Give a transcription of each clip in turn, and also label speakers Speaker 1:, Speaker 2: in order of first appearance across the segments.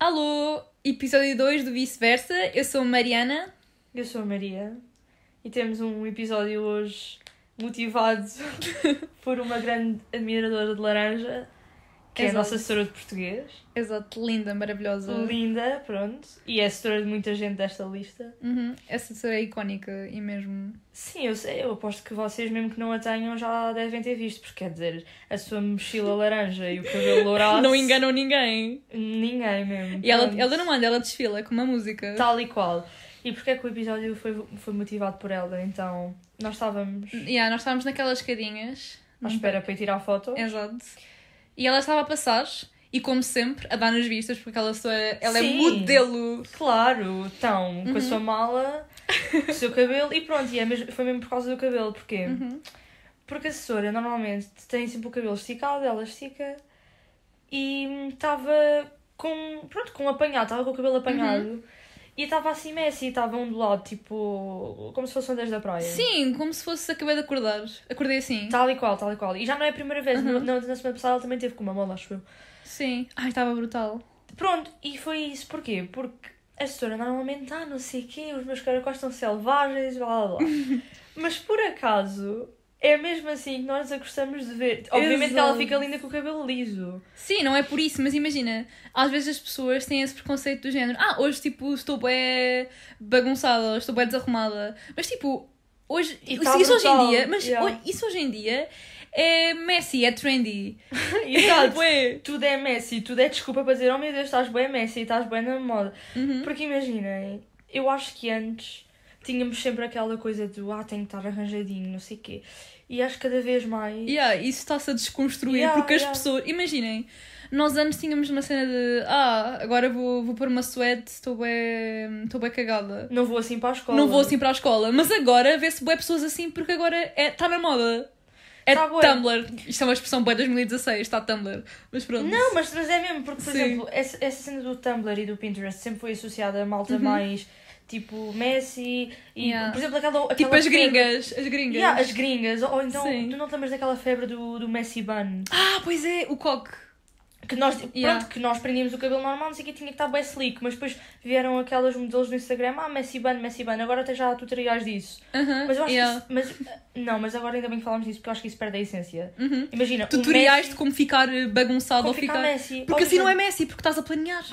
Speaker 1: Alô, episódio 2 do Vice-Versa. Eu sou a Mariana.
Speaker 2: Eu sou a Maria e temos um episódio hoje motivado por uma grande admiradora de laranja, que é a
Speaker 1: Exato.
Speaker 2: nossa assessora de português.
Speaker 1: Exato, linda, maravilhosa.
Speaker 2: Linda, pronto. E é assessora de muita gente desta lista.
Speaker 1: Uhum. Essa assessora é icónica e mesmo.
Speaker 2: Sim, eu sei, eu aposto que vocês, mesmo que não a tenham, já devem ter visto, porque quer dizer, a sua mochila laranja e o cabelo dourado.
Speaker 1: Não enganam ninguém.
Speaker 2: Ninguém mesmo.
Speaker 1: E ela,
Speaker 2: pronto.
Speaker 1: ela não é. anda, ela desfila com uma música.
Speaker 2: Tal e qual. E porque é que o episódio foi, foi motivado por ela? Então, nós estávamos
Speaker 1: Yeah, nós estávamos naquelas escadinhas.
Speaker 2: à espera para ir tirar foto.
Speaker 1: Exato. E ela estava a passar e, como sempre, a dar nos vistas, porque ela, só é, ela é
Speaker 2: Sim.
Speaker 1: modelo.
Speaker 2: Claro, então, com a sua mala, com o seu cabelo e pronto, e é mesmo- foi mesmo por causa do cabelo, porquê? Porque a assessora normalmente tem sempre o cabelo esticado, ela estica e estava com, pronto, com um apanhado, estava com o cabelo apanhado e estava assim Messi, estava ondulado, tipo, como se fosse ondas da praia.
Speaker 1: Sim, como se fosse acabei de acordar. Acordei assim.
Speaker 2: Tal e qual, tal e qual. E já não é a primeira vez, no- na, na semana passada ela também teve com uma mola, acho eu.
Speaker 1: Sim. Ai, estava brutal.
Speaker 2: Pronto, e foi isso. Porquê? Porque a assessora normalmente, ah, não sei o quê, os meus caracóis são selvagens, blá blá blá. Mas por acaso, é mesmo assim que nós a gostamos de ver. Obviamente que ela
Speaker 1: Exato.
Speaker 2: fica linda com o cabelo liso.
Speaker 1: Sim, não é por isso, mas imagina, às vezes as pessoas têm esse preconceito do género. Ah, hoje tipo estou bem bagunçada, ou estou bem desarrumada. Mas tipo, hoje
Speaker 2: E
Speaker 1: isso,
Speaker 2: tá
Speaker 1: isso hoje em
Speaker 2: brutal,
Speaker 1: dia, mas
Speaker 2: yeah.
Speaker 1: ho- isso hoje em dia é messy, é trendy.
Speaker 2: Exato.
Speaker 1: Bué.
Speaker 2: tudo é Messi, tudo é desculpa para dizer, oh meu Deus, estás bem Messi, estás bem na moda.
Speaker 1: Uhum.
Speaker 2: Porque imaginem, eu acho que antes tínhamos sempre aquela coisa do, ah, tenho que estar arranjadinho, não sei o quê. E acho que cada vez mais.
Speaker 1: Yeah, isso está-se a desconstruir
Speaker 2: Yeah,
Speaker 1: porque as
Speaker 2: yeah.
Speaker 1: pessoas. Imaginem, nós antes tínhamos uma cena de ah, agora vou, vou pôr uma suéte, estou bem, estou bem cagada.
Speaker 2: Não vou assim para a escola.
Speaker 1: Não vou assim para a escola, mas agora vê-se boé pessoas assim porque agora é- está na moda. É
Speaker 2: Tá bué.
Speaker 1: Tumblr. Isto é uma expressão boa 2016, está Tumblr. Mas pronto.
Speaker 2: Não, mas, mas é mesmo, porque, por
Speaker 1: Sim.
Speaker 2: exemplo, essa, essa cena do Tumblr e do Pinterest sempre foi associada a malta mais tipo Messi e,
Speaker 1: Uhum. Yeah.
Speaker 2: por exemplo, aquela. aquela
Speaker 1: tipo as
Speaker 2: febre-
Speaker 1: gringas, as gringas.
Speaker 2: Yeah, as gringas. Ou então,
Speaker 1: Sim.
Speaker 2: tu não te lembras daquela febre do, do Messi Bun?
Speaker 1: Ah, pois é, o coque.
Speaker 2: Que nós,
Speaker 1: Yeah.
Speaker 2: pronto, que nós prendíamos o cabelo normal, não sei o que, tinha que estar bem slick, mas depois vieram aquelas modelos no Instagram, ah, Messi Bun, Messi Bun, agora até já há tutoriais disso.
Speaker 1: Aham,
Speaker 2: Mas eu acho
Speaker 1: yeah.
Speaker 2: que isso, mas, Não, mas agora ainda bem que falámos disso, porque eu acho que isso perde a essência.
Speaker 1: Uhum.
Speaker 2: Imagina, o
Speaker 1: Tutoriais
Speaker 2: Messi-
Speaker 1: de como ficar eh, bagunçado
Speaker 2: como
Speaker 1: ou
Speaker 2: ficar
Speaker 1: ficar.
Speaker 2: Messi.
Speaker 1: Porque
Speaker 2: Ou
Speaker 1: assim
Speaker 2: então-
Speaker 1: não é Messi, porque estás a planear.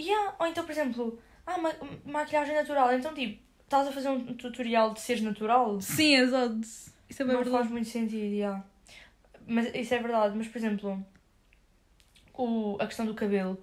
Speaker 2: Yeah. Ou então, por exemplo, ah, ma maquilhagem natural. Então, tipo, estás a fazer um tutorial de seres natural?
Speaker 1: Sim, exato. Isso é bem
Speaker 2: não
Speaker 1: verdade.
Speaker 2: faz muito sentido, yeah. Mas isso é verdade. Mas, por exemplo, o, a questão do cabelo.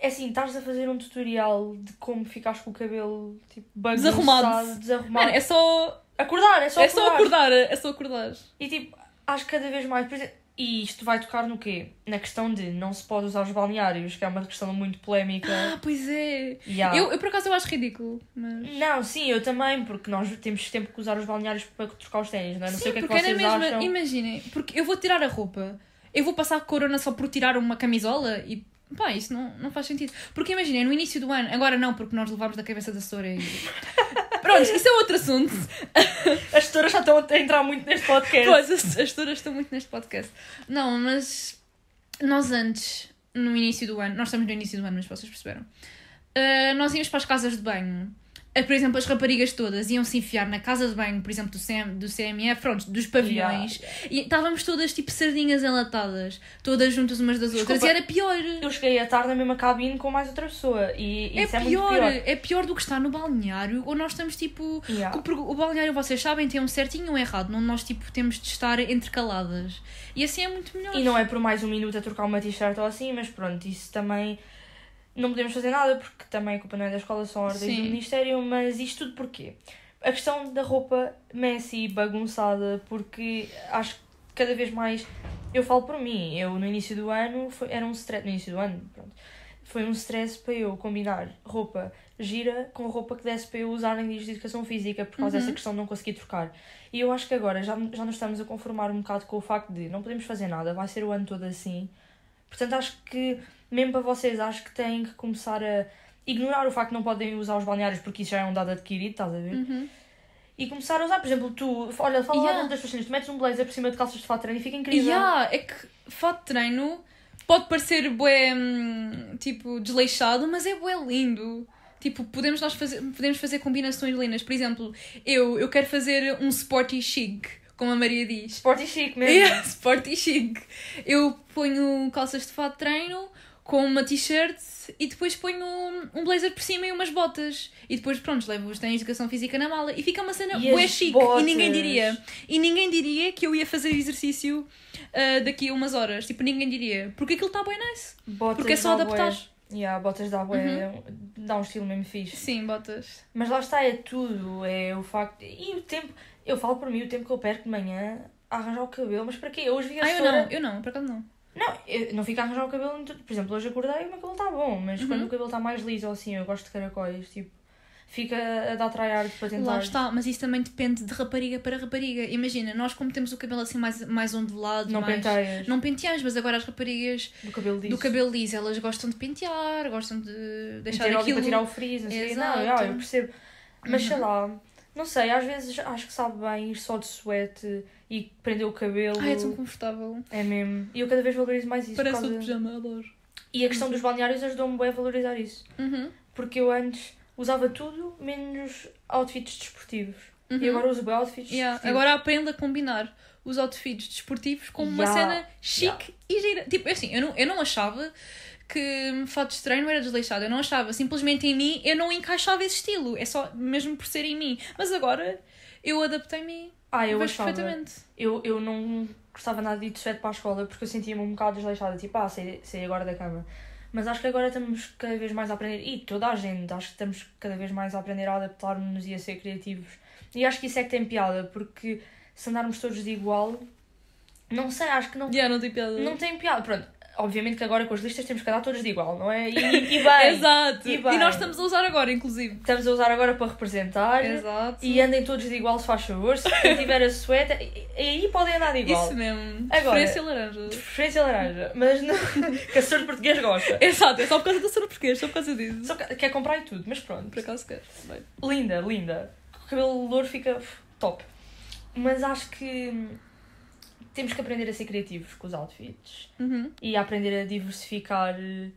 Speaker 2: É assim, estás a fazer um tutorial de como ficares com o cabelo, tipo, bagunçado,
Speaker 1: Desarrumado.
Speaker 2: desarrumado.
Speaker 1: Mano, é só.
Speaker 2: Acordar, é só
Speaker 1: é
Speaker 2: acordar.
Speaker 1: só acordar, é só acordar.
Speaker 2: E, tipo, acho que cada vez mais... Por exemplo, e isto vai tocar no quê? Na questão de não se pode usar os balneários, que é uma questão muito polémica.
Speaker 1: Ah, pois é.
Speaker 2: Yeah.
Speaker 1: Eu, eu por acaso eu acho ridículo, mas.
Speaker 2: Não, sim, eu também, porque nós temos sempre que usar os balneários para trocar os ténis, não é? Não
Speaker 1: Sim,
Speaker 2: sei o que é que
Speaker 1: porque era
Speaker 2: vocês
Speaker 1: mesmo,
Speaker 2: acham.
Speaker 1: imaginem, porque eu vou tirar a roupa, eu vou passar corona só por tirar uma camisola e pá, isso não, não faz sentido. Porque imaginem, no início do ano, agora não, porque nós levámos da cabeça da Sora e. Pronto, isso é outro assunto.
Speaker 2: As tutoras já estão a entrar muito neste podcast.
Speaker 1: Pois, as, as touras estão muito neste podcast. Não, mas nós antes, no início do ano, nós estamos no início do ano, mas vocês perceberam. Uh, nós íamos para as casas de banho. Uh, por exemplo, as raparigas todas iam se enfiar na casa de banho, por exemplo, do, CM, do CMF, pronto, dos pavilhões. E estávamos todas tipo sardinhas enlatadas, todas juntas umas das outras.
Speaker 2: Desculpa.
Speaker 1: E era pior.
Speaker 2: Eu cheguei à tarde na mesma cabine com mais outra pessoa e
Speaker 1: É
Speaker 2: isso é,
Speaker 1: pior,
Speaker 2: muito pior.
Speaker 1: é pior do que estar no balneário, ou nós estamos tipo.
Speaker 2: Yeah.
Speaker 1: Porque o balneário, vocês sabem, tem um certinho e um errado, onde nós tipo, temos de estar intercaladas. E assim é muito melhor.
Speaker 2: E não é por mais um minuto a trocar uma t-shirt ou assim, mas pronto, isso também não podemos fazer nada porque também a culpa não é da escola, são ordens
Speaker 1: Sim.
Speaker 2: do Ministério, mas isto tudo porquê? A questão da roupa messy, bagunçada, porque acho que cada vez mais. Eu falo por mim, eu no início do ano, foi, era um stress. No início do ano, pronto. Foi um stress para eu combinar roupa gira com roupa que desse para eu usar em dias de educação física, por causa dessa questão de não conseguir trocar. E eu acho que agora já, já nos estamos a conformar um bocado com o facto de não podemos fazer nada, vai ser o ano todo assim. Portanto, acho que, mesmo para vocês, acho que têm que começar a, ignorar o facto de não podem usar os balneários porque isso já é um dado adquirido, estás a ver?
Speaker 1: Uhum.
Speaker 2: E começar a usar, por exemplo, tu, olha, fala
Speaker 1: Yeah.
Speaker 2: lá das tuas cenas, tu metes um blazer por cima de calças de fato de treino e fica incrível.
Speaker 1: Yeah, é que fato de treino pode parecer bué, hum, tipo, desleixado, mas é bué lindo. Tipo, podemos nós fazer, podemos fazer combinações lindas. Por exemplo, eu, eu quero fazer um sporty chic, como a Maria diz.
Speaker 2: Sporty chic mesmo.
Speaker 1: Yeah, sporty chic. Eu ponho calças de fato de treino com uma t-shirt e depois ponho um, um blazer por cima e umas botas. E depois, pronto, levo-os em educação física na mala. E fica uma cena
Speaker 2: E
Speaker 1: bué
Speaker 2: as
Speaker 1: chique.
Speaker 2: botas?
Speaker 1: E ninguém diria. E ninguém diria que eu ia fazer exercício ah, daqui a umas horas. Tipo, ninguém diria. Porque aquilo está bem nice.
Speaker 2: Botas
Speaker 1: Porque é só
Speaker 2: dá
Speaker 1: adaptar. Uhum.
Speaker 2: bué. Yeah, botas dá bué, dá um estilo mesmo fixe.
Speaker 1: Sim, botas.
Speaker 2: Mas lá está, é tudo, é o facto. E o tempo, eu falo por mim, o tempo que eu perco de manhã a arranjar o cabelo, mas para quê? Eu hoje vim à
Speaker 1: Ah, eu
Speaker 2: Sephora-
Speaker 1: não. Eu não. Por acaso não.
Speaker 2: Não, eu não fico a arranjar o cabelo. em tudo. Por exemplo, hoje acordei e o meu cabelo está bom, mas
Speaker 1: Uhum.
Speaker 2: quando o cabelo está mais liso ou assim, eu gosto de caracóis, tipo, fica a dar tryhard para tentar.
Speaker 1: Lá está. Mas isso também depende de rapariga para rapariga. Imagina, nós como temos o cabelo assim mais, mais ondulado,
Speaker 2: Não
Speaker 1: mais...
Speaker 2: penteias.
Speaker 1: Não penteamos, mas agora as raparigas
Speaker 2: Do cabelo liso.
Speaker 1: do cabelo liso, elas gostam de pentear, gostam de
Speaker 2: E
Speaker 1: deixar
Speaker 2: ter óleo
Speaker 1: aquilo.
Speaker 2: para tirar o frizz, não sei o quê. Não,
Speaker 1: Exato.
Speaker 2: ah, eu percebo. Mas sei lá, não sei, às vezes acho que sabe bem ir só de suéte e prender o cabelo.
Speaker 1: Ai, é tão confortável.
Speaker 2: É mesmo. E eu cada vez valorizo mais isso. por
Speaker 1: Parece
Speaker 2: causa-
Speaker 1: o pijama, eu adoro.
Speaker 2: E a questão dos balneários ajudou-me bem a valorizar isso.
Speaker 1: Uhum.
Speaker 2: Porque eu antes usava tudo menos outfits desportivos. E agora uso bem outfits
Speaker 1: Uhum. Yeah,
Speaker 2: desportivos.
Speaker 1: Agora aprenda a combinar os outfits desportivos com uma
Speaker 2: Yeah,
Speaker 1: cena chique e gira. Tipo, assim, eu não, eu não achava que fatos de treino era desleixado. Eu não achava. Simplesmente em mim eu não encaixava esse estilo. É só mesmo por ser em mim. Mas agora eu adaptei-me
Speaker 2: Ah, eu
Speaker 1: vejo
Speaker 2: achava.
Speaker 1: perfeitamente.
Speaker 2: Eu, eu não gostava nada de ir de suéte para a escola porque eu sentia-me um bocado desleixada, tipo, ah, saí, saí agora da cama. Mas acho que agora estamos cada vez mais a aprender, e toda a gente, acho que estamos cada vez mais a aprender a adaptar-nos e a ser criativos. E acho que isso é que tem piada, porque se andarmos todos de igual, não sei, acho que não,
Speaker 1: Yeah, não tem piada.
Speaker 2: não tem piada. Pronto, obviamente que agora com as listas temos que andar todos de igual, não é? E, e bem,
Speaker 1: Exato.
Speaker 2: E
Speaker 1: E,
Speaker 2: bem.
Speaker 1: nós estamos a usar agora, inclusive.
Speaker 2: estamos a usar agora para representar.
Speaker 1: Exato.
Speaker 2: E andem todos de igual, se faz favor. Se quem tiver a suéte, aí podem andar de igual.
Speaker 1: Isso mesmo.
Speaker 2: Agora-
Speaker 1: Diferença laranja.
Speaker 2: De preferência laranja, mas não. que a senhora português gosta.
Speaker 1: Exato, é só por causa da cena portuguesa, só por causa disso.
Speaker 2: Só que- quer comprar e tudo, mas
Speaker 1: Por
Speaker 2: pronto.
Speaker 1: acaso queres? Bem.
Speaker 2: Linda, linda. O cabelo louro fica uf, top. Mas acho que hum, temos que aprender a ser criativos com os outfits
Speaker 1: Uhum.
Speaker 2: e a aprender a diversificar eh,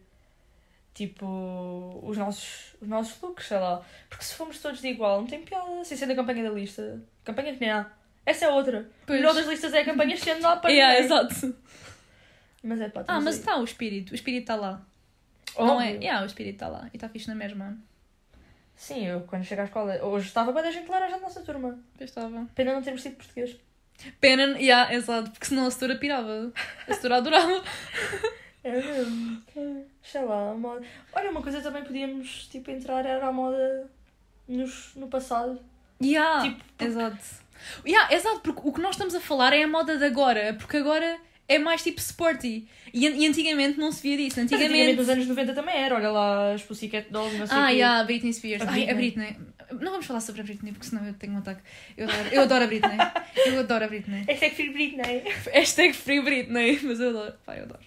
Speaker 2: tipo os nossos, os nossos looks, sei lá. Porque se formos todos de igual, não tem piada, sem ser da campanha da lista. Campanha que nem há. Essa é outra. O
Speaker 1: Pois.
Speaker 2: melhor das listas é a campanha este ano, não há para
Speaker 1: Yeah,
Speaker 2: ninguém.
Speaker 1: exato.
Speaker 2: Mas é pá,
Speaker 1: Ah,
Speaker 2: estamos
Speaker 1: mas
Speaker 2: aí.
Speaker 1: está o espírito. O espírito está lá. Não é?
Speaker 2: Óbvio.
Speaker 1: Yeah, o espírito está lá. E está fixe na mesma.
Speaker 2: Sim, eu quando cheguei à escola, hoje estava bem da gente laranja na nossa turma.
Speaker 1: Pois estava.
Speaker 2: Pena não termos sido português.
Speaker 1: Pena, yeah, exato. Porque senão a setora pirava. A setora adorava.
Speaker 2: É mesmo. Sei lá, a moda. Olha, uma coisa também podíamos tipo, entrar era a moda nos, no passado.
Speaker 1: Yeah,
Speaker 2: Tipo, porque-
Speaker 1: exato. Yeah, exato, porque o que nós estamos a falar é a moda de agora. Porque agora é mais tipo sporty. E, an- e antigamente não se via disso.
Speaker 2: Mas antigamente
Speaker 1: Antigamente...
Speaker 2: nos anos 90 também era. Olha lá, as Pussycat Dolls, não sei o
Speaker 1: Ah,
Speaker 2: quê.
Speaker 1: yeah, a Britney Spears.
Speaker 2: A
Speaker 1: Ai, a Britney. Não vamos falar sobre a Britney, porque senão eu tenho um ataque. Eu adoro, eu adoro a Britney. Eu adoro a Britney.
Speaker 2: Esta é que fui Britney.
Speaker 1: Hashtag Free Britney, mas eu adoro. Pai, eu adoro.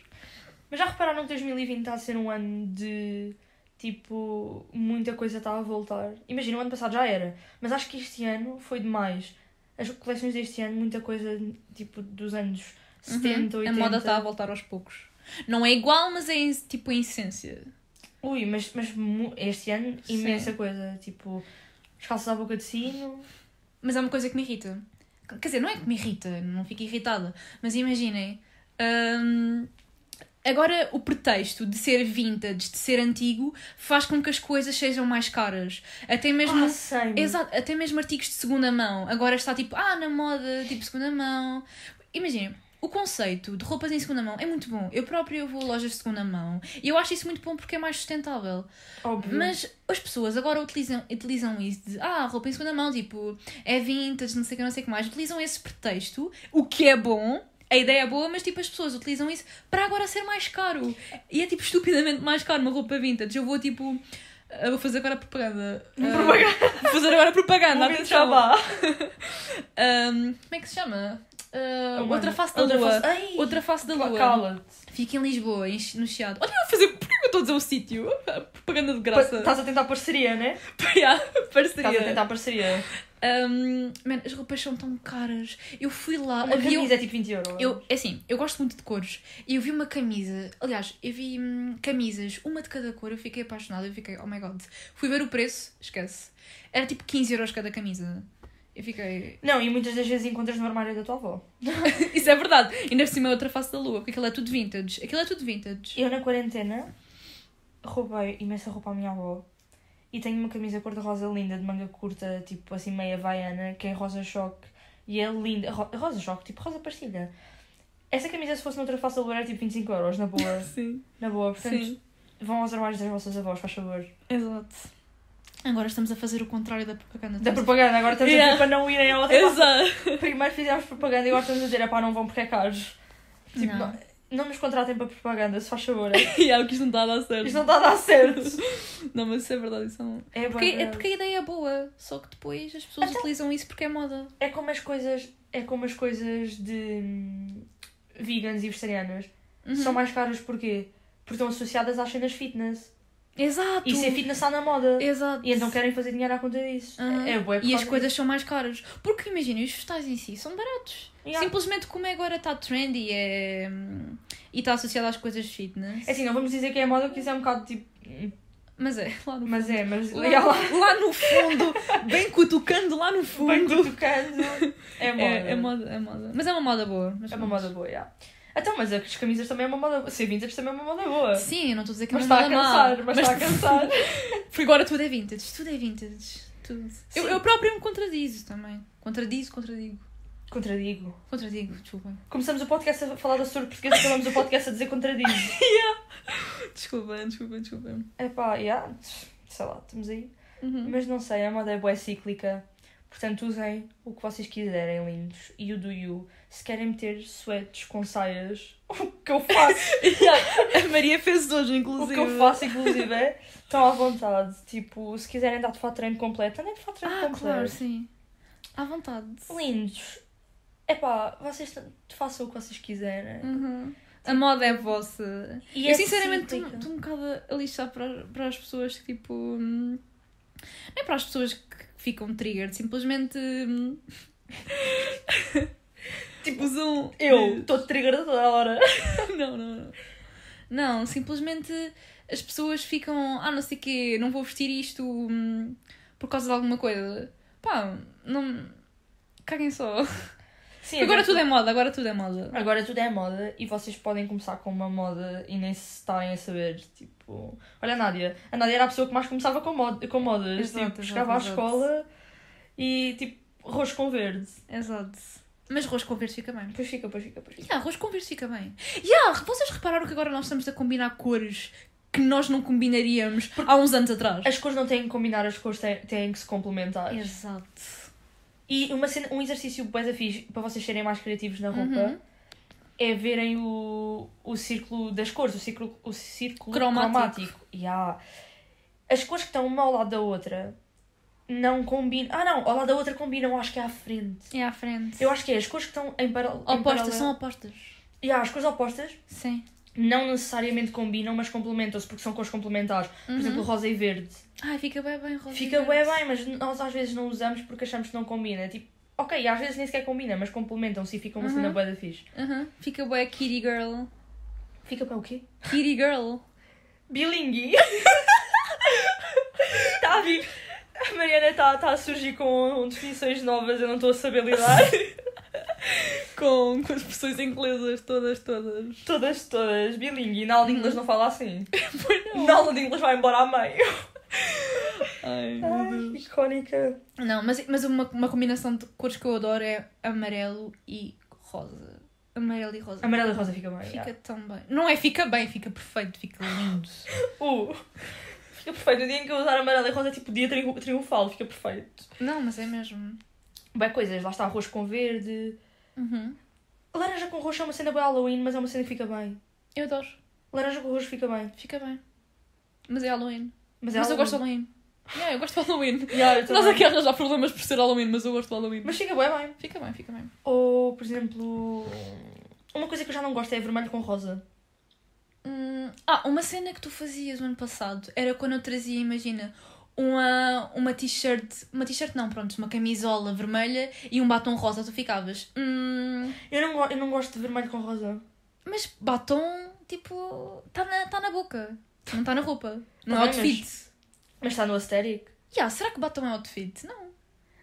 Speaker 2: Mas já repararam que 2020 está a ser um ano de. Tipo, muita coisa está a voltar. Imagina, o ano passado já era. Mas acho que este ano foi demais. As coleções deste ano, muita coisa, tipo, dos anos 70,
Speaker 1: Uhum.
Speaker 2: 80.
Speaker 1: A moda está a voltar aos poucos. Não é igual, mas é em- tipo em essência.
Speaker 2: Ui, mas, mas mu- este ano,
Speaker 1: Sim.
Speaker 2: imensa coisa. Tipo, as calças à boca de sino.
Speaker 1: Mas há uma coisa que me irrita. Quer dizer, não é que me irrita, não fico irritada. Mas imaginem. hum, agora, o pretexto de ser vintage, de ser antigo, faz com que as coisas sejam mais caras. Até mesmo.
Speaker 2: Ah, sei.
Speaker 1: Exato, até mesmo artigos de segunda mão. Agora está tipo, ah, na moda, tipo segunda mão. Imaginem, o conceito de roupas em segunda mão é muito bom. Eu própria vou a lojas de segunda mão e eu acho isso muito bom porque é mais sustentável.
Speaker 2: Óbvio.
Speaker 1: Mas as pessoas agora utilizam, utilizam isso de, ah, roupa em segunda mão, tipo, é vintage, não sei o que, não sei o que mais. Utilizam esse pretexto, o que é bom. A ideia é boa, mas tipo, as pessoas utilizam isso para agora ser mais caro. E é tipo estupidamente mais caro uma roupa vintage. Eu vou tipo. Eu vou fazer agora propaganda.
Speaker 2: Um
Speaker 1: Ah, Vou fazer agora propaganda,
Speaker 2: Momento
Speaker 1: atenção.
Speaker 2: jabá.
Speaker 1: Ahm, como é que se chama? Ah,
Speaker 2: Mano,
Speaker 1: outra face da lua.
Speaker 2: face- Ai,
Speaker 1: Outra face da lua.
Speaker 2: Cala-te.
Speaker 1: Fica em Lisboa, em- no Chiado. Olha, eu vou fazer. Por que eu estou a dizer o sítio? Ah, Propaganda de
Speaker 2: Pa-
Speaker 1: graça.
Speaker 2: Estás a tentar parceria, né?
Speaker 1: Yeah,
Speaker 2: Estás a
Speaker 1: Parceria.
Speaker 2: tentar parceria.
Speaker 1: Um, man, as roupas são tão caras. Eu fui lá.
Speaker 2: Uma
Speaker 1: havia- um-
Speaker 2: camisa é tipo 20 euros.
Speaker 1: Eu, é assim, eu gosto muito de cores. E eu vi uma camisa, aliás, eu vi hum, camisas, uma de cada cor, eu fiquei apaixonada, eu fiquei, oh my god. Fui ver o preço, esquece. Era tipo 15 euros cada camisa. Eu fiquei.
Speaker 2: Não, e muitas das vezes encontras no armário da tua avó.
Speaker 1: Isso é verdade. E ainda por cima é outra face da lua, porque aquilo é tudo vintage. Aquilo é tudo vintage.
Speaker 2: Eu na quarentena roubei imensa roupa à minha avó. E tenho uma camisa cor-de-rosa linda, de manga curta, tipo assim meia vaiana, que é rosa choque. E é linda. Ro- rosa choque, tipo rosa pastilha. Essa camisa se fosse noutra face da lua era tipo 25 euros, na boa.
Speaker 1: Sim,
Speaker 2: na boa, portanto... Vão aos armários das vossas avós, faz favor.
Speaker 1: exato. Agora estamos a fazer o contrário da propaganda.
Speaker 2: Da propaganda, agora estamos a
Speaker 1: Yeah.
Speaker 2: dizer para não irem ao outro
Speaker 1: Exato.
Speaker 2: Primeiro fizemos propaganda e agora estamos a dizer, pá, não vão porque é caros. Tipo, não.
Speaker 1: Não.
Speaker 2: Não, nos contratem para propaganda, se faz favor.
Speaker 1: E é o que isto não está a dar certo.
Speaker 2: Isto não está a dar certo.
Speaker 1: Não, mas isso é verdade, isso não.
Speaker 2: É, bué
Speaker 1: Porque, é
Speaker 2: verdade.
Speaker 1: porque a ideia é boa, só que depois as pessoas
Speaker 2: Então-
Speaker 1: utilizam isso porque é moda.
Speaker 2: É como as coisas, é como as coisas de hum, vegans e vegetarianas
Speaker 1: Uhum.
Speaker 2: são mais caras porquê? Porque estão associadas às cenas fitness.
Speaker 1: Exato.
Speaker 2: E ser fitness está na moda.
Speaker 1: Exato.
Speaker 2: é E então querem fazer dinheiro à conta disso.
Speaker 1: Aham.
Speaker 2: É bué por
Speaker 1: E as
Speaker 2: causa
Speaker 1: coisas são mais caras. Porque imagina, os vegetais em si são baratos.
Speaker 2: disso. Yeah.
Speaker 1: Simplesmente como é agora está trendy é... hum, e está associado às coisas fitness.
Speaker 2: É assim, não vamos dizer que é moda porque isso é um bocado tipo. hum,
Speaker 1: Mas é, lá no
Speaker 2: Mas é, mas.
Speaker 1: Lá,
Speaker 2: Yeah, lá.
Speaker 1: lá no fundo, bem cutucando lá no fundo.
Speaker 2: Bem cutucando. É moda.
Speaker 1: É, é moda, é moda. Mas é uma moda boa. mas
Speaker 2: É uma
Speaker 1: pronto.
Speaker 2: moda boa, yeah. Então, mas as camisas também é uma moda boa. Ser vintage também é uma moda boa.
Speaker 1: Sim, eu não estou a dizer que
Speaker 2: Mas
Speaker 1: é uma
Speaker 2: está a
Speaker 1: moda má.
Speaker 2: cansar, mas está a cansar.
Speaker 1: Porque agora tudo é vintage, tudo é vintage. Tudo. Eu,
Speaker 2: Sim.
Speaker 1: eu próprio me contradizo também. Contradizo, contradigo.
Speaker 2: Contradigo.
Speaker 1: Contradigo, desculpa.
Speaker 2: Começamos o podcast a falar da surda portuguesa, acabamos o podcast a dizer contradigo.
Speaker 1: Desculpa, desculpa, desculpa.
Speaker 2: Epá, yeah. Sei lá, estamos aí.
Speaker 1: Uhum.
Speaker 2: Mas não sei, a moda é boa, é cíclica. Portanto, usem o que vocês quiserem, lindos. E o do you. Se querem meter sweats com saias, o que eu faço,
Speaker 1: A Maria fez hoje,
Speaker 2: o
Speaker 1: inclusive.
Speaker 2: que eu faço, inclusive, é, estão à vontade. Tipo, se quiserem andar de fato de treino completo, andem de fato de treino
Speaker 1: Ah,
Speaker 2: completo.
Speaker 1: claro, sim. À vontade.
Speaker 2: lindos. Epá, vocês t- façam o que vocês quiserem.
Speaker 1: Uhum. A moda é vossa.
Speaker 2: E
Speaker 1: eu
Speaker 2: é
Speaker 1: sinceramente
Speaker 2: cíclica.
Speaker 1: estou um bocado a lixar para, para as pessoas que tipo. hum, Não é para as pessoas que ficam triggered, simplesmente. hum, tipo, usam.
Speaker 2: Eu estou triggerada toda a hora.
Speaker 1: não, não, não. Não, simplesmente as pessoas ficam, ah, não sei quê, não vou vestir isto hum, por causa de alguma coisa. Pá, não. Caguem só.
Speaker 2: É, Sim,
Speaker 1: Agora tudo é moda, agora tudo é moda.
Speaker 2: Agora tudo é moda e vocês podem começar com uma moda e nem se estarem a saber, tipo... Olha a Nádia. A Nádia era a pessoa que mais começava com, mod com modas.
Speaker 1: Exato,
Speaker 2: tipo,
Speaker 1: exato,
Speaker 2: chegava à
Speaker 1: exato.
Speaker 2: escola e, tipo, roxo com verde.
Speaker 1: Exato. Mas arroz com verde fica bem.
Speaker 2: Pois fica, pois fica, pois
Speaker 1: Ya,
Speaker 2: fica.
Speaker 1: arroz com verde fica bem. Ya, vocês repararam que agora nós estamos a combinar cores que nós não combinaríamos há uns anos atrás?
Speaker 2: As cores não têm que combinar, as cores têm, têm que se complementar.
Speaker 1: Exato.
Speaker 2: E uma cena- um exercício bem fixe para vocês serem mais criativos na roupa
Speaker 1: Uhum.
Speaker 2: é verem o, o círculo das cores, o círculo, o círculo cromático.
Speaker 1: Cromático.
Speaker 2: Yeah. As cores que estão uma ao lado da outra não combinam. Ah, não, ao lado da outra combinam, acho que é à frente.
Speaker 1: É à frente.
Speaker 2: Eu acho que é, as cores que estão em, para...
Speaker 1: Opostas, são opostas.
Speaker 2: Yeah, as cores opostas
Speaker 1: Sim.
Speaker 2: não necessariamente combinam, mas complementam-se porque são cores complementares. Por
Speaker 1: Uhum.
Speaker 2: exemplo, rosa e verde.
Speaker 1: Ai, fica bem bem rosa. e
Speaker 2: Fica
Speaker 1: verde.
Speaker 2: bué bem, mas nós às vezes não usamos porque achamos que não combina. Tipo, ok, às vezes nem sequer combina, mas complementam-se e fica uma cena
Speaker 1: Uhum.
Speaker 2: bué da fixe.
Speaker 1: Aham. Fica bué kitty girl.
Speaker 2: Fica para o quê?
Speaker 1: Kitty girl.
Speaker 2: Bilingue. Está a vir. Tá A Mariana está tá a surgir com definições novas, eu não estou a saber lidar.
Speaker 1: Com, com as pessoas inglesas, todas, todas.
Speaker 2: todas, todas, bilingue. Na aula de inglês não fala assim.
Speaker 1: Pois
Speaker 2: Na aula de inglês vai embora à meio.
Speaker 1: Ai,
Speaker 2: Ai, icónica.
Speaker 1: Não, mas, mas uma, uma combinação de cores que eu adoro é amarelo e rosa. Amarelo e rosa.
Speaker 2: Amarelo e rosa fica bem.
Speaker 1: Fica
Speaker 2: Fica.
Speaker 1: tão bem. Não é fica bem, fica perfeito, fica lindo.
Speaker 2: Uh, fica perfeito. O dia em que eu usar amarelo e rosa é tipo dia triun- triunfal, fica perfeito.
Speaker 1: Não, mas é mesmo.
Speaker 2: Bem, coisas, lá está arroz com verde.
Speaker 1: Uhum.
Speaker 2: Laranja com roxo é uma cena bem Halloween, mas é uma cena que fica bem.
Speaker 1: Eu adoro.
Speaker 2: Laranja com roxo fica bem.
Speaker 1: Fica bem. Mas é Halloween.
Speaker 2: Mas,
Speaker 1: Mas,
Speaker 2: é
Speaker 1: eu gosto de Halloween. Yeah, eu gosto de Halloween.
Speaker 2: Halloween. Yeah, eu
Speaker 1: Nós
Speaker 2: também.
Speaker 1: aqui a arranjar problemas por ser Halloween, mas eu gosto de Halloween.
Speaker 2: Mas fica bem bem.
Speaker 1: Fica bem, fica bem.
Speaker 2: Ou, por exemplo, uma coisa que eu já não gosto é vermelho com rosa.
Speaker 1: Hum, ah, uma cena que tu fazias no ano passado era quando eu trazia, imagina, uma, uma t-shirt, uma t-shirt não, pronto, uma camisola vermelha e um batom rosa, tu ficavas. Hum,
Speaker 2: Eu não, go- eu não gosto de vermelho com rosa.
Speaker 1: mas batom, tipo, está na, tá na boca, não está na roupa, não é
Speaker 2: Tá bem,
Speaker 1: outfit.
Speaker 2: Mas está no aesthetic.
Speaker 1: Yeah, será que batom é outfit? Não,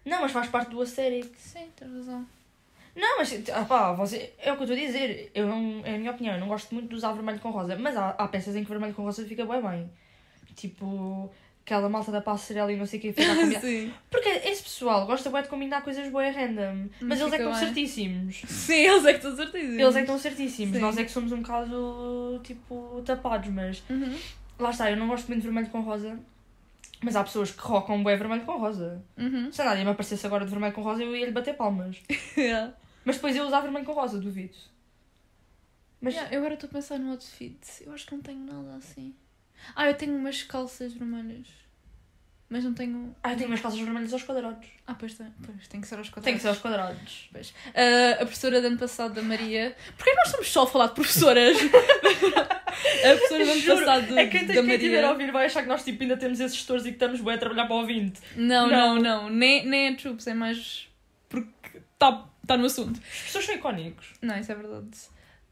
Speaker 2: Não, mas faz parte do aesthetic.
Speaker 1: sim, tens razão.
Speaker 2: Não, mas ah pá, você, é o que eu estou a dizer. Eu não, é a minha opinião, eu não gosto muito de usar vermelho com rosa. Mas há, há peças em que vermelho com rosa fica bem bem. Tipo, aquela malta da passarela e não sei o que fica a combinar.
Speaker 1: Sim.
Speaker 2: Porque esse pessoal gosta bem de combinar coisas boas random. Mas eles é que
Speaker 1: Hum, fica
Speaker 2: estão
Speaker 1: bem.
Speaker 2: certíssimos.
Speaker 1: sim, eles é que estão certíssimos.
Speaker 2: Eles é que estão certíssimos.
Speaker 1: Sim.
Speaker 2: Nós é que somos um bocado, tipo, tapados. Mas
Speaker 1: Uhum.
Speaker 2: lá está, eu não gosto muito de vermelho com rosa. Mas há pessoas que rocam bem vermelho com rosa.
Speaker 1: Uhum.
Speaker 2: Se a Nádia me aparecesse agora de vermelho com rosa, eu ia-lhe bater palmas.
Speaker 1: Yeah.
Speaker 2: Mas depois eu usava vermelho com rosa, duvido. Mas
Speaker 1: Yeah, eu agora estou a pensar no outfit. Eu acho que não tenho nada assim. Ah, eu tenho umas calças vermelhas. Mas não tenho.
Speaker 2: Ah, eu tenho umas calças vermelhas aos quadrados.
Speaker 1: Ah, pois tem. Pois tem que ser aos quatro.
Speaker 2: Tem que ser aos quadrados.
Speaker 1: Pois. Ah, a professora do ano passado da Maria. Porquê nós estamos só a falar de professoras? a professora do ano
Speaker 2: Juro,
Speaker 1: passado
Speaker 2: É quem,
Speaker 1: da
Speaker 2: quem tiver a
Speaker 1: Maria.
Speaker 2: ouvir vai achar que nós tipo, ainda temos esses setores e que estamos bem a trabalhar para o ouvinte.
Speaker 1: Não, não, não. Nem, nem é troops, é mais. Porque está tá no assunto.
Speaker 2: As pessoas são icónicos.
Speaker 1: Não, isso é verdade.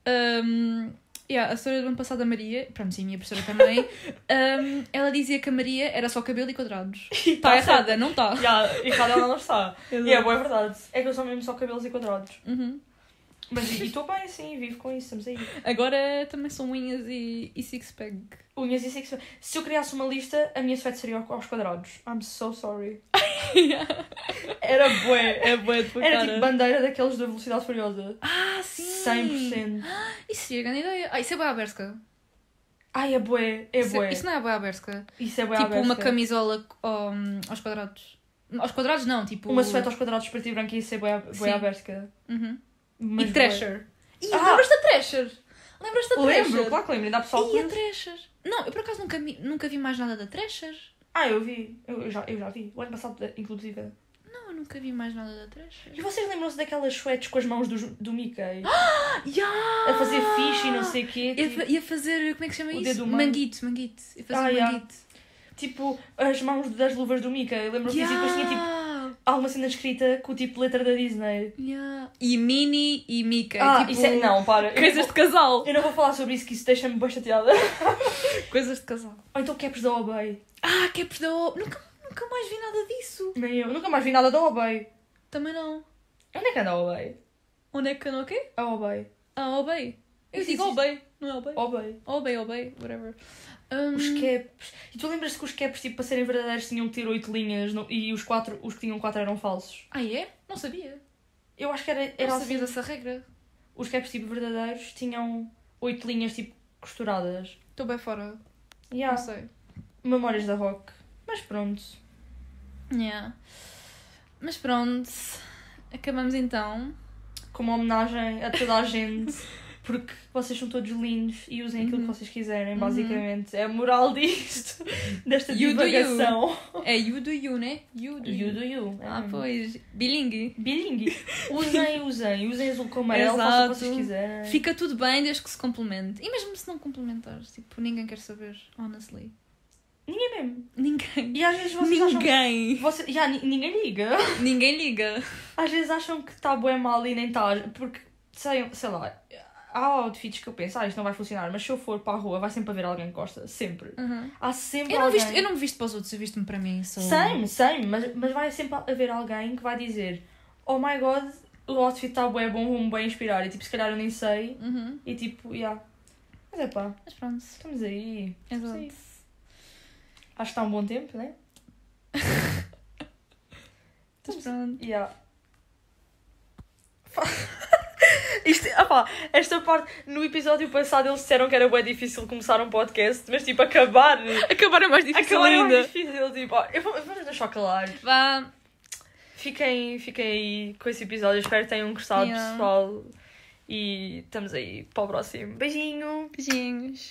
Speaker 1: Um, yeah, a história do ano passado da Maria, pronto, sim, a minha professora também, um, ela dizia que a Maria era só cabelo e quadrados. Está
Speaker 2: tá
Speaker 1: errada, não está.
Speaker 2: Já, errada
Speaker 1: um
Speaker 2: ela não está. e é boa, é verdade. É que eu sou mesmo só cabelos e quadrados.
Speaker 1: Uhum.
Speaker 2: Mas e e estou bem, sim, vivo com isso, estamos aí.
Speaker 1: Agora também são unhas e, e six-pack.
Speaker 2: Unhas e sexo. Se eu criasse uma lista, a minha sweat seria aos quadrados. I'm so sorry. Era bué.
Speaker 1: É boa de
Speaker 2: Era tipo bandeira daqueles da Velocidade Furiosa.
Speaker 1: Ah, sim!
Speaker 2: 100%.
Speaker 1: Isso seria grande ideia. Ah, isso é boa aberta.
Speaker 2: Ai, é bué, é
Speaker 1: Isso,
Speaker 2: bué.
Speaker 1: é, isso não é boa aberta.
Speaker 2: Isso é bué
Speaker 1: Tipo
Speaker 2: aberta.
Speaker 1: uma camisola um, aos quadrados. Aos quadrados não, tipo...
Speaker 2: Uma suéte aos quadrados preto e branco e isso é bué,
Speaker 1: Sim.
Speaker 2: bué aberta.
Speaker 1: Uhum.
Speaker 2: Mas
Speaker 1: E Thrasher. Ih,
Speaker 2: Ah!
Speaker 1: lembras-te da Thrasher? Lembras-te da
Speaker 2: bué.
Speaker 1: Thrasher?
Speaker 2: Lembro, claro que lembro. Ainda há pessoal
Speaker 1: E a
Speaker 2: que...
Speaker 1: Thrasher? Não, eu por acaso nunca, mi- nunca vi mais nada da Thrasher.
Speaker 2: Ah, eu vi. Eu, eu já, eu já vi. O ano passado, inclusive.
Speaker 1: Não, eu nunca vi mais nada da
Speaker 2: E
Speaker 1: Thrasher.
Speaker 2: vocês lembram-se daquelas suétes com as mãos do, do Mickey?
Speaker 1: Yeah!
Speaker 2: A fazer ficha e não sei o quê.
Speaker 1: Ia,
Speaker 2: Tipo,
Speaker 1: fa- ia fazer, como é que se chama
Speaker 2: O
Speaker 1: isso?
Speaker 2: dedo humano.
Speaker 1: manguito, manguito. Ia fazer
Speaker 2: Ah,
Speaker 1: um
Speaker 2: yeah.
Speaker 1: manguito.
Speaker 2: tipo, as mãos das luvas do Mickey. Lembram-se disso? E depois tinha tipo
Speaker 1: Yeah!
Speaker 2: alguma cena escrita com o tipo letra da Disney.
Speaker 1: Yeah. E Minnie e Mickey.
Speaker 2: ah,
Speaker 1: tipo,
Speaker 2: isso é... Não, para. Eu,
Speaker 1: Coisas de casal.
Speaker 2: eu não vou falar sobre isso que isso deixa-me bem chateada.
Speaker 1: Coisas de casal.
Speaker 2: Ou então caps da Obey.
Speaker 1: Ah, caps da O. Nunca, nunca mais vi nada disso.
Speaker 2: Nem eu. Nunca mais vi nada da Obey.
Speaker 1: Também não.
Speaker 2: Onde é que anda a Obey?
Speaker 1: Onde é que eu não o quê?
Speaker 2: A Obey.
Speaker 1: Ah, obey. Eu
Speaker 2: Isso
Speaker 1: digo
Speaker 2: existe.
Speaker 1: obey, não é obey?
Speaker 2: Obey.
Speaker 1: Obey, obey, whatever. Um,
Speaker 2: Os caps. E tu lembras-te que os caps, tipo, para serem verdadeiros, tinham que ter oito linhas não- e os, quatro, os que tinham quatro eram falsos?
Speaker 1: Ah, é? Não sabia.
Speaker 2: Eu acho que era,
Speaker 1: Eu
Speaker 2: era
Speaker 1: não
Speaker 2: assim.
Speaker 1: sabia dessa regra.
Speaker 2: Os caps, tipo, verdadeiros tinham oito linhas, tipo, costuradas.
Speaker 1: Estou bem fora.
Speaker 2: Yeah.
Speaker 1: Não sei.
Speaker 2: Memórias da Rock. Mas pronto.
Speaker 1: Yeah. Mas pronto, acabamos então.
Speaker 2: Como homenagem a toda a gente. Porque vocês são todos lindos e usem aquilo
Speaker 1: Uhum.
Speaker 2: que vocês quiserem, basicamente. É a moral disto, desta
Speaker 1: You do you.
Speaker 2: divagação.
Speaker 1: É you do you, né? You do you.
Speaker 2: You do you.
Speaker 1: Ah, pois. Bilingue.
Speaker 2: Bilingue. Usem, usem. Usem azul com amarelo, façam o que vocês
Speaker 1: Exato.
Speaker 2: quiserem.
Speaker 1: Fica tudo bem desde que se complemente. E mesmo se não complementares, tipo, ninguém quer saber, honestly.
Speaker 2: Ninguém mesmo.
Speaker 1: Ninguém.
Speaker 2: E às vezes vocês acham...
Speaker 1: Ninguém.
Speaker 2: Você... Já, ni- ninguém liga.
Speaker 1: Ninguém liga.
Speaker 2: Às vezes acham que está bué mal e nem está... Porque, sei, sei lá, há outfits que eu penso, ah, isto não vai funcionar, mas se eu for para a rua vai sempre haver alguém que gosta. Sempre.
Speaker 1: Uhum.
Speaker 2: Há sempre
Speaker 1: Eu, não
Speaker 2: alguém...
Speaker 1: visto, eu não me visto para os outros, eu visto-me para mim. So...
Speaker 2: Same, same, mas, mas vai sempre haver alguém que vai dizer Oh my God, o outfit está bué bom, vou-me bem inspirar. E tipo, se calhar eu nem sei.
Speaker 1: Uhum.
Speaker 2: E tipo, já. Mas é pá,
Speaker 1: Mas pronto, É
Speaker 2: estamos aí.
Speaker 1: exato.
Speaker 2: Sim. Acho que está um bom tempo, né?
Speaker 1: Mas pronto.
Speaker 2: Yeah. Isto, opá, esta parte, no episódio passado eles disseram que era bem difícil começar um podcast, mas tipo, acabar,
Speaker 1: Acabar é mais difícil
Speaker 2: acabar é
Speaker 1: ainda.
Speaker 2: mais difícil, tipo, ó, eu vou, vamos deixar calar.
Speaker 1: Vá.
Speaker 2: Fiquem, fiquem aí com esse episódio, espero que tenham gostado,
Speaker 1: Yeah.
Speaker 2: pessoal, e estamos aí para o próximo. Beijinho!
Speaker 1: Beijinhos.